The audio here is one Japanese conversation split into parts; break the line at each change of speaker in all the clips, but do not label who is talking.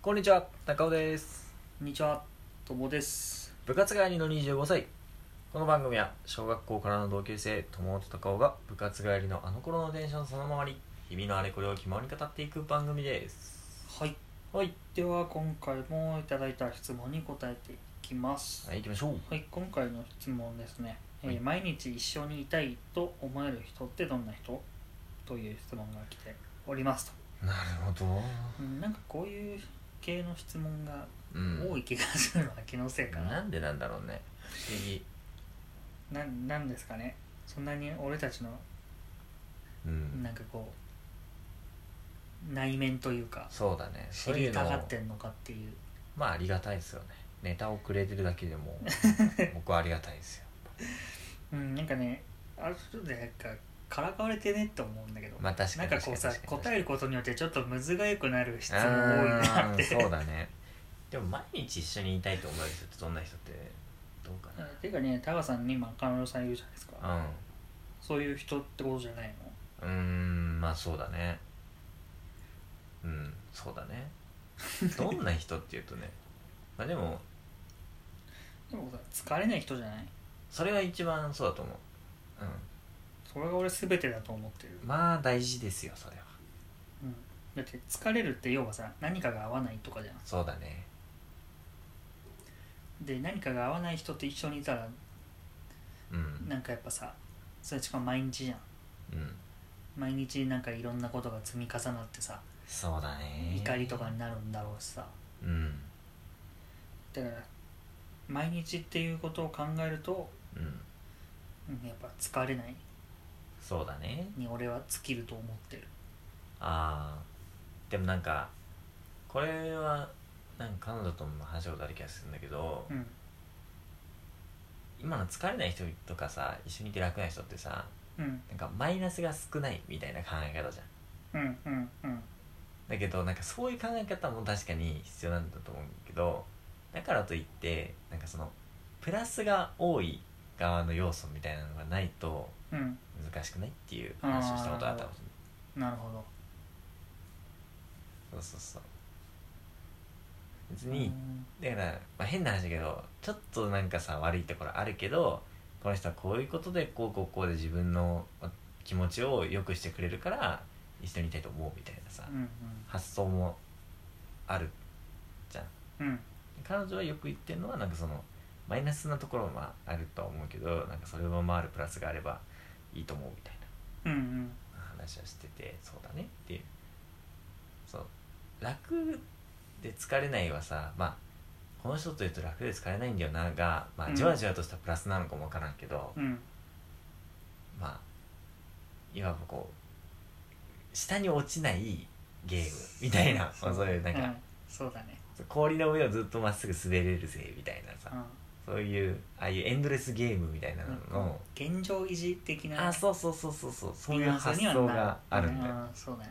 こんにちは高尾です
こんにちは、ともです。
部活帰りの25歳この番組は小学校からの同級生友と高尾が部活帰りのあの頃のテンションそのままに日々のあれこれを気ままに語っていく番組です
はい、
はい
では今回もいただいた質問に答えていきます。
はい行きましょう
はい、今回の質問ですね、えー
はい
毎日一緒にいたいと思える人ってどんな人という質問が来ておりますと。
なるほど
うん、なんかこういう系の質問が
うん
多い気がするのは気のせいか
な
な。
んでなんだろうね不思議
ななんですかねそんなに俺たちの
うん
なんかこう内面というか
そうだね
知
そうい
り
うの
た
を
がってんのかっていう
まあありがたいですよねネタをくれてるだけで も僕はありがたいですよ
うん、なんかね、あるでなんかからかわれてねって思うんだけど、
まあ確か
なん
に
かこうさ
確かに確かに
答えることによってちょっとむずがゆくなる質問多いな
あ
っ
ー
て。
そうだねでも毎日一緒にいたいと思える人ってどんな人ってどうか
うんていうかね、タカさんに今彼女さんいるじゃないですか。
な
そういう人ってことじゃない
うんうーんまあそうだねうんそうだ ねどんな人っていうとねまあでも
の。でもさ疲れない人じゃない。
それが一番そうだと思うう
それが俺全てだと思ってる。
んまあ大事ですよそれは
うん、だって疲れるって要はさ、何かが合わないとかじゃん。
そうだね
で、何かが合わない人と一緒にいたら、
うん
なんかやっぱさ、それしかも毎日じゃ
う
ん。
ん
毎日なんかいろんなことが積み重なってさ、
そうだね
怒りとかになるんだろうしさ。
うん
だから毎日っていうことを考えると、
うん
うんやっぱ疲れない
そうだね
に俺は尽きると思ってる
あーでもなんかこれはなんか彼女とも話したことある気がするんだけど、
うん
今の疲れない人とかさ一緒にいて楽な人ってさ
うん
なんかマイナスが少ないみたいな考え方じゃん
うんうんうん
だけどなんかそういう考え方も確かに必要なんだと思うけどだからといってなんかそのプラスが多い側の要素みたいなのがないと
うん
難しくないっていう話をしたことがあったの
なるほど
そうそうそう別
う
に、
ん
だから、まあ、変な話だけどちょっとなんかさ悪いところあるけどこの人はこういうことでこうこうこうで自分のまあ気持ちを良くしてくれるから一緒にいたいと思うみたいなさ、
うん
発想もある
うんうん
彼女はよく言ってるのはなんかそのマイナスなところもあるとは思うけどなんかそれを上回るプラスがあればいいと思うみたい
うんうん
な話をしててそうだねっていうそう楽で疲れないはさまあこの人と言うと楽で疲れないんだよなが、ま
う
あ、
ん
じわじわとしたプラスなのかもわからんけど、
うん
まあいわばこう下に落ちないゲームみたいな、まあ、そういうなんか、
うんそうだね
氷の上をずっとまっすぐ滑れるぜみたいなさ、
う
そういうああいうエンドレスゲームみたいなの
ん
の、
現状維持的な
あそうそうそうそうそうそうい
ニ
う
ュアンス
発
にはな
想があるんだよ、
うそうだね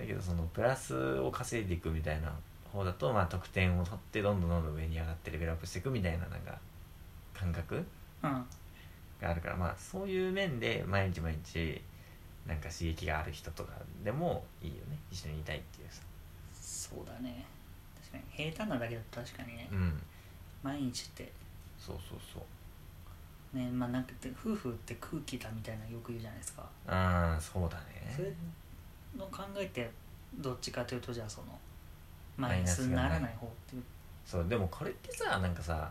だけどそのプラスを稼いでいくみたいな方だとまあ得点を取ってどんどんどんどん上に上がってレベルアップしていくみたいななんか感覚
うん
があるからまあそういう面で毎日毎日なんか刺激がある人とかでもいいよね一緒にいたいっていうさ
そうだね確かに平坦なだけだと確かにね
うん
毎日って
そうそうそう
ねまあなんか夫婦って空気だみたいなのよく言うじゃないですか
ああそうだ
それ
ね
の考えってどっちかというとじゃあそのマイナスにならない方っていう
そうでもこれってさなんかさ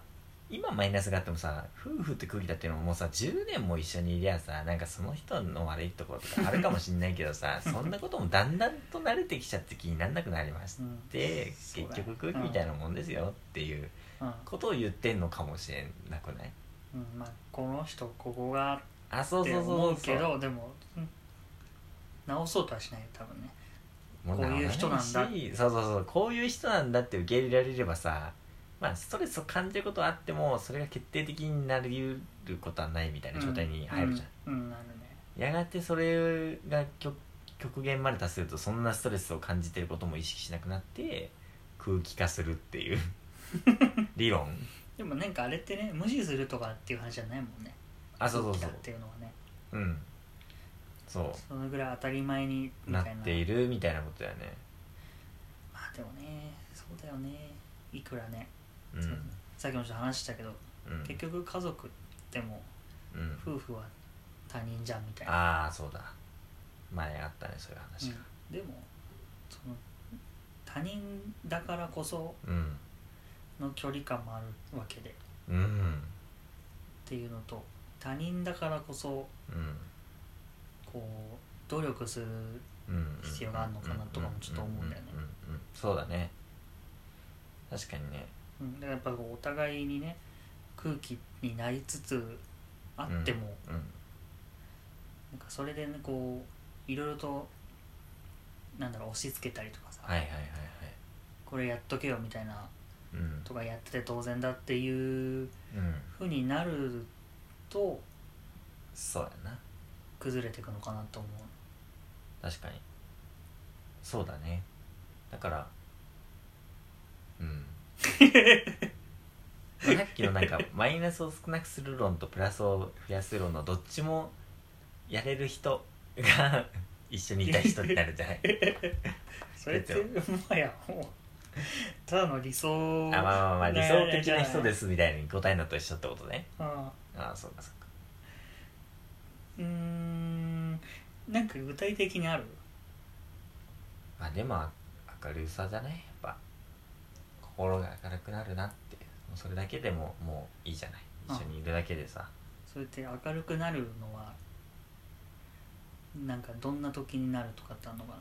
今マイナスがあってもさ夫婦って空気だっていうのももうさ10年も一緒にいりゃさなんかその人の悪いところとかあるかもしんないけど さそんなこともだんだんと慣れてきちゃって気になんなくなりまし
うん
て
そう
結
だ
局空気みたいなもんですよっていう
うん
ことを言ってんのかもしれなくない
うんまあこの人ここがっ
あそう
て
そうそう
思う
そ
けどでもうん直そうとはしない多分ね
も
こういう人なんだ
治らいしそうそうそうこういう人なんだって受け入れられればさまあストレスを感じることはあってもそれが決定的になりうることはないみたいな状態に入るじゃん、
うん、うんなるね
やがてそれが極極限まで達するとそんなストレスを感じてることも意識しなくなって空気化するって いう理論
でもなんかあれってね無視するとかっていう話じゃないもんね
あそうそう
空気
そ
だ
う
っていうのはね
うんそ
そのぐらい当たり前に
う
み
な
た
っ
いな
ているみたいなことだよね
まあでもねそうだよねいくらね、
うん
さっきもちょっと話したけど、
うん
結局家族でも
うん
夫婦は他人じゃんみたいな、
ああそうだ前あったねそういう
うん
話が
でもその他人だからこそ
うん
の距離感もあるわけでっ
うん
ていうのと他人だからこそ
うん
こう努力する
うん
必要があるのかなとかもちょっと思うんだよね
ううんうんそうだね確かにね
うんだからやっぱこうお互いにね空気になりつつあっても、
うん
なんかそれでねこういろいろとなんだろう押し付けたりとかさ、
はいはいはいはい
これやっとけよみたいな
うん
とかやってて当然だっていう
うん
ふうになると
そうやな
崩れていくのかなと思 う
確かにそうだねだからうんまあさっきの なんかマイナスを少なくする論とプラスを増やす論のどっちもやれる人 が一緒にいたい人になるじゃない
それって
出
も
て
はやもうただの理想
あまあまあまあ理想的な人ですすみたいに答えるのと一緒ってことねああそうかそうか
うーんなんか具体的にある
まあでも明るさじゃないやっぱ心が明るくなるなってもうそれだけでももういいじゃない一緒にいるだけでさ
それって明るくなるのはなんかどんな時になるとかってあるのかな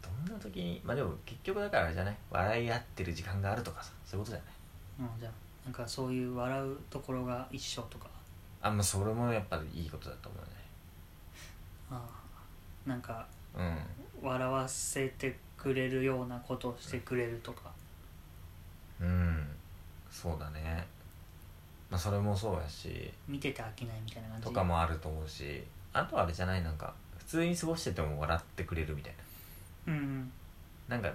どんな時にまあでも結局だからあれじゃない笑い合ってる時間があるとかさそういうことじゃない
うん、じゃあなんかそういう笑うところが一緒とか
あまあそれもやっぱいいことだと思
ああなんか
うね
笑わせてくれるようなことをしてくれるとか
うんうんそうだねまあそれもそうやし
見てて飽きないみたいな感じ
とかもあると思うしあとあれじゃないなんか普通に過ごしてても笑ってくれるみたい
うん
ななんか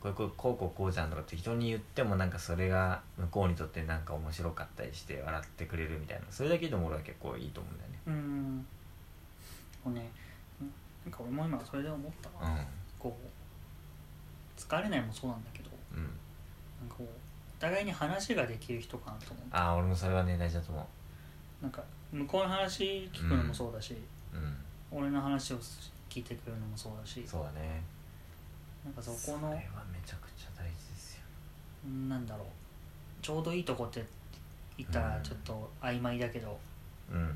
こういうこうこうこうこうじゃんとか適当に言ってもなんかそれが向こうにとってなんか面白かったりして笑ってくれるみたいなそれだけでも俺は結構いいと思うんだよね
うんもうねなんか俺も今それで思ったわ、こう疲れないもそうなんだけど
うんうん
なんかこうお互いに話ができる人かなと思う
ああ俺もそれはね大事だと思
なんか向こうの話聞くのもそうだし、
ううん
俺の話を聞いてくれるのもそうだし
そうだね
なんかそこの
れはめちゃくちゃ大事ですよ
なんだろうちょうどいいとこって言ったらちょっと曖昧だけど、
うん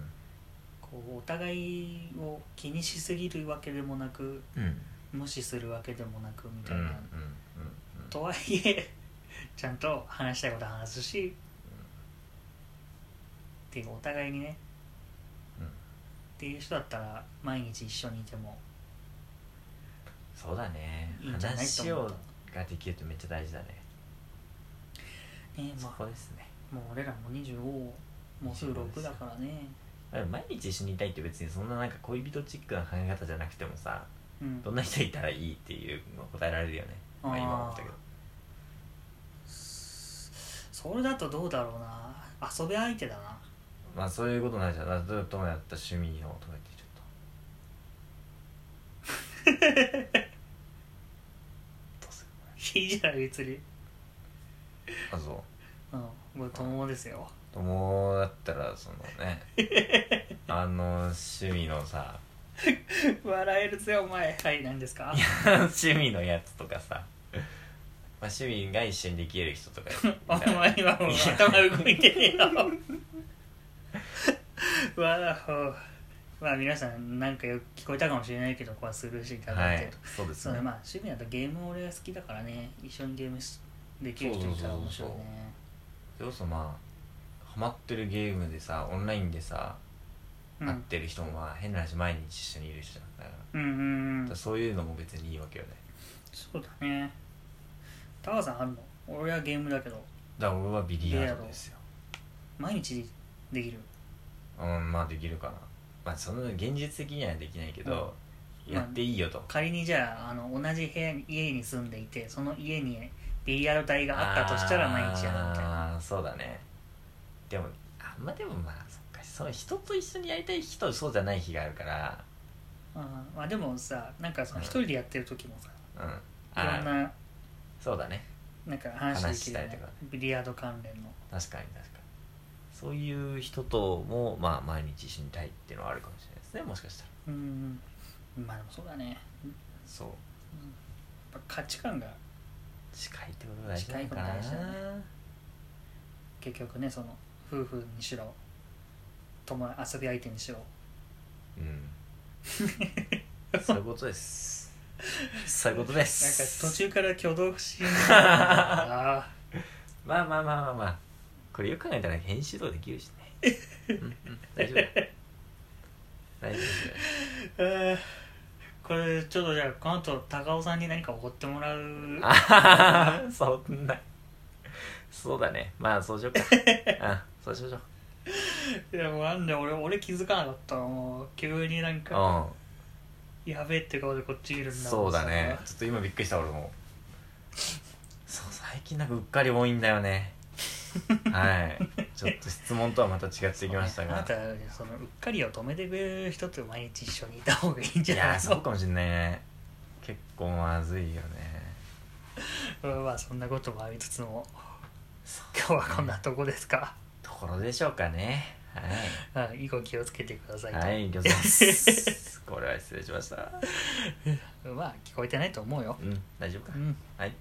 こうお互いを気にしすぎるわけでもなく
うん
無視するわけでもなくみ
う
たい
んう
な、
んうん
とはいえ ちゃんと話したいことは話すし、っていうお互いにね
うん
っていう人だったら毎日一緒にいても
そうだね
いいんじゃないと
話
思
を
う
ができるとめっちゃ大事だね
ね
そ
まあ
こですね
もう俺らも25もうすぐ6だからね
だから毎日一緒にいたいって別にそんななんか恋人チックな考え方じゃなくてもさ
うん
どんな人いたらいいっていうのを答えられるよねまあ
あー
今思ったけど
それだとどうだろうな遊び相手だな
まあそういうことなんじゃない例えば友達だったら趣味をとか言ってちょっ とどうする
いいじゃない別に
あそう
うんもう友ですよ
友だったらそのねあの趣味のさ
笑えるぜお前はい何ですか
趣味のやつとかさ、まあ、趣味が一緒にできる人とか
お前今もう頭動いてねえよ わあほうまあ皆さんなんかよく聞こえたかもしれないけどここはスルーしていた
は
だいて、
いそうです
そう
ね
ねまあ趣味だとゲーム俺が好きだからね一緒にゲームしできる人いたら面白いね
そうそうそれこそまあハマってるゲームでさオンラインでさ
うん
会ってる人もまあ変な話毎日一緒にいる人なんだから,、
うんうんうん
そういうのも別にいいわけよね
そうだねタワさんあるの俺はゲームだけど
だから俺はビリヤードですよ
毎日できる
うんまあできるかなまあその現実的にはできないけど、
うん
やっていいよと、
仮にじゃああの同じ部屋に家に住んでいてその家にビリヤード台があったとしたら毎日やるみたいな
あーそうだねでもあんまでもまあそっかそう人と一緒にやりたい日とそうじゃない日があるから
うんまあでもさなんかその一人でやってる時もさ
うん
いろん
あー
な
そうだね
なんか話できるよ
話したい
ね
とか
ビリヤード関連の
確かに確かにそういう人とも、まあ、毎日一緒にいたいっていうのはあるかもしれないですねもしかしたら
うんまあでもそうだねうんや
そう
っぱ価値観が
近いってことが大事なのかな
近いことが大事だ結局ねその夫婦にしろ友達遊び相手にしろ
うんそういうこと ですそういうことで
なんか
す
途中から挙動不審 なあ
まあまあまあまあまあこれよく考えたら編集とかできるしねうん、うん、大丈夫だ大丈夫ですよ
ーえーこれちょっとじゃあこの後高尾さんに何かおごってもらう
あはははそんなそうだねまあそうしようかあそうしましょう
いやもうなんで俺俺気づかなかったもう急になんか
うん
やべえって顔でこっちいるんだ
そうだねちょっと今びっくりした俺もそう最近なんかうっかり多いんだよねはいちょっと質問とはまた違ってきました
あな
が
たそのうっかりを止めてくれる人と毎日一緒にいた方がいいん
い
じゃない
やそうかもしんないね結構まずいよね
うんまあそんなこともありつつも今日はこんなとこですか、
ところでしょうかね
うん、以後気をつけてくださいと、
はいはいギョざいますこれは失礼しました
まあ聞こえてないと思うよ、
うん大丈夫か
うん
はい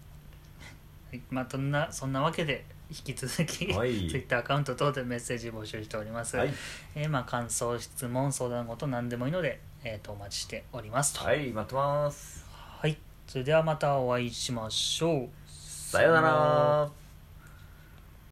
はいまあそんなそんなわけで引き続き、
はい
Twitter アカウント等でメッセージ募集しております、
はい、
えーまあ、感想質問相談事何でもいいので、えー、とお待ちしておりますと
はい、待ってます
はい、それではまたお会いしましょう。
さようなら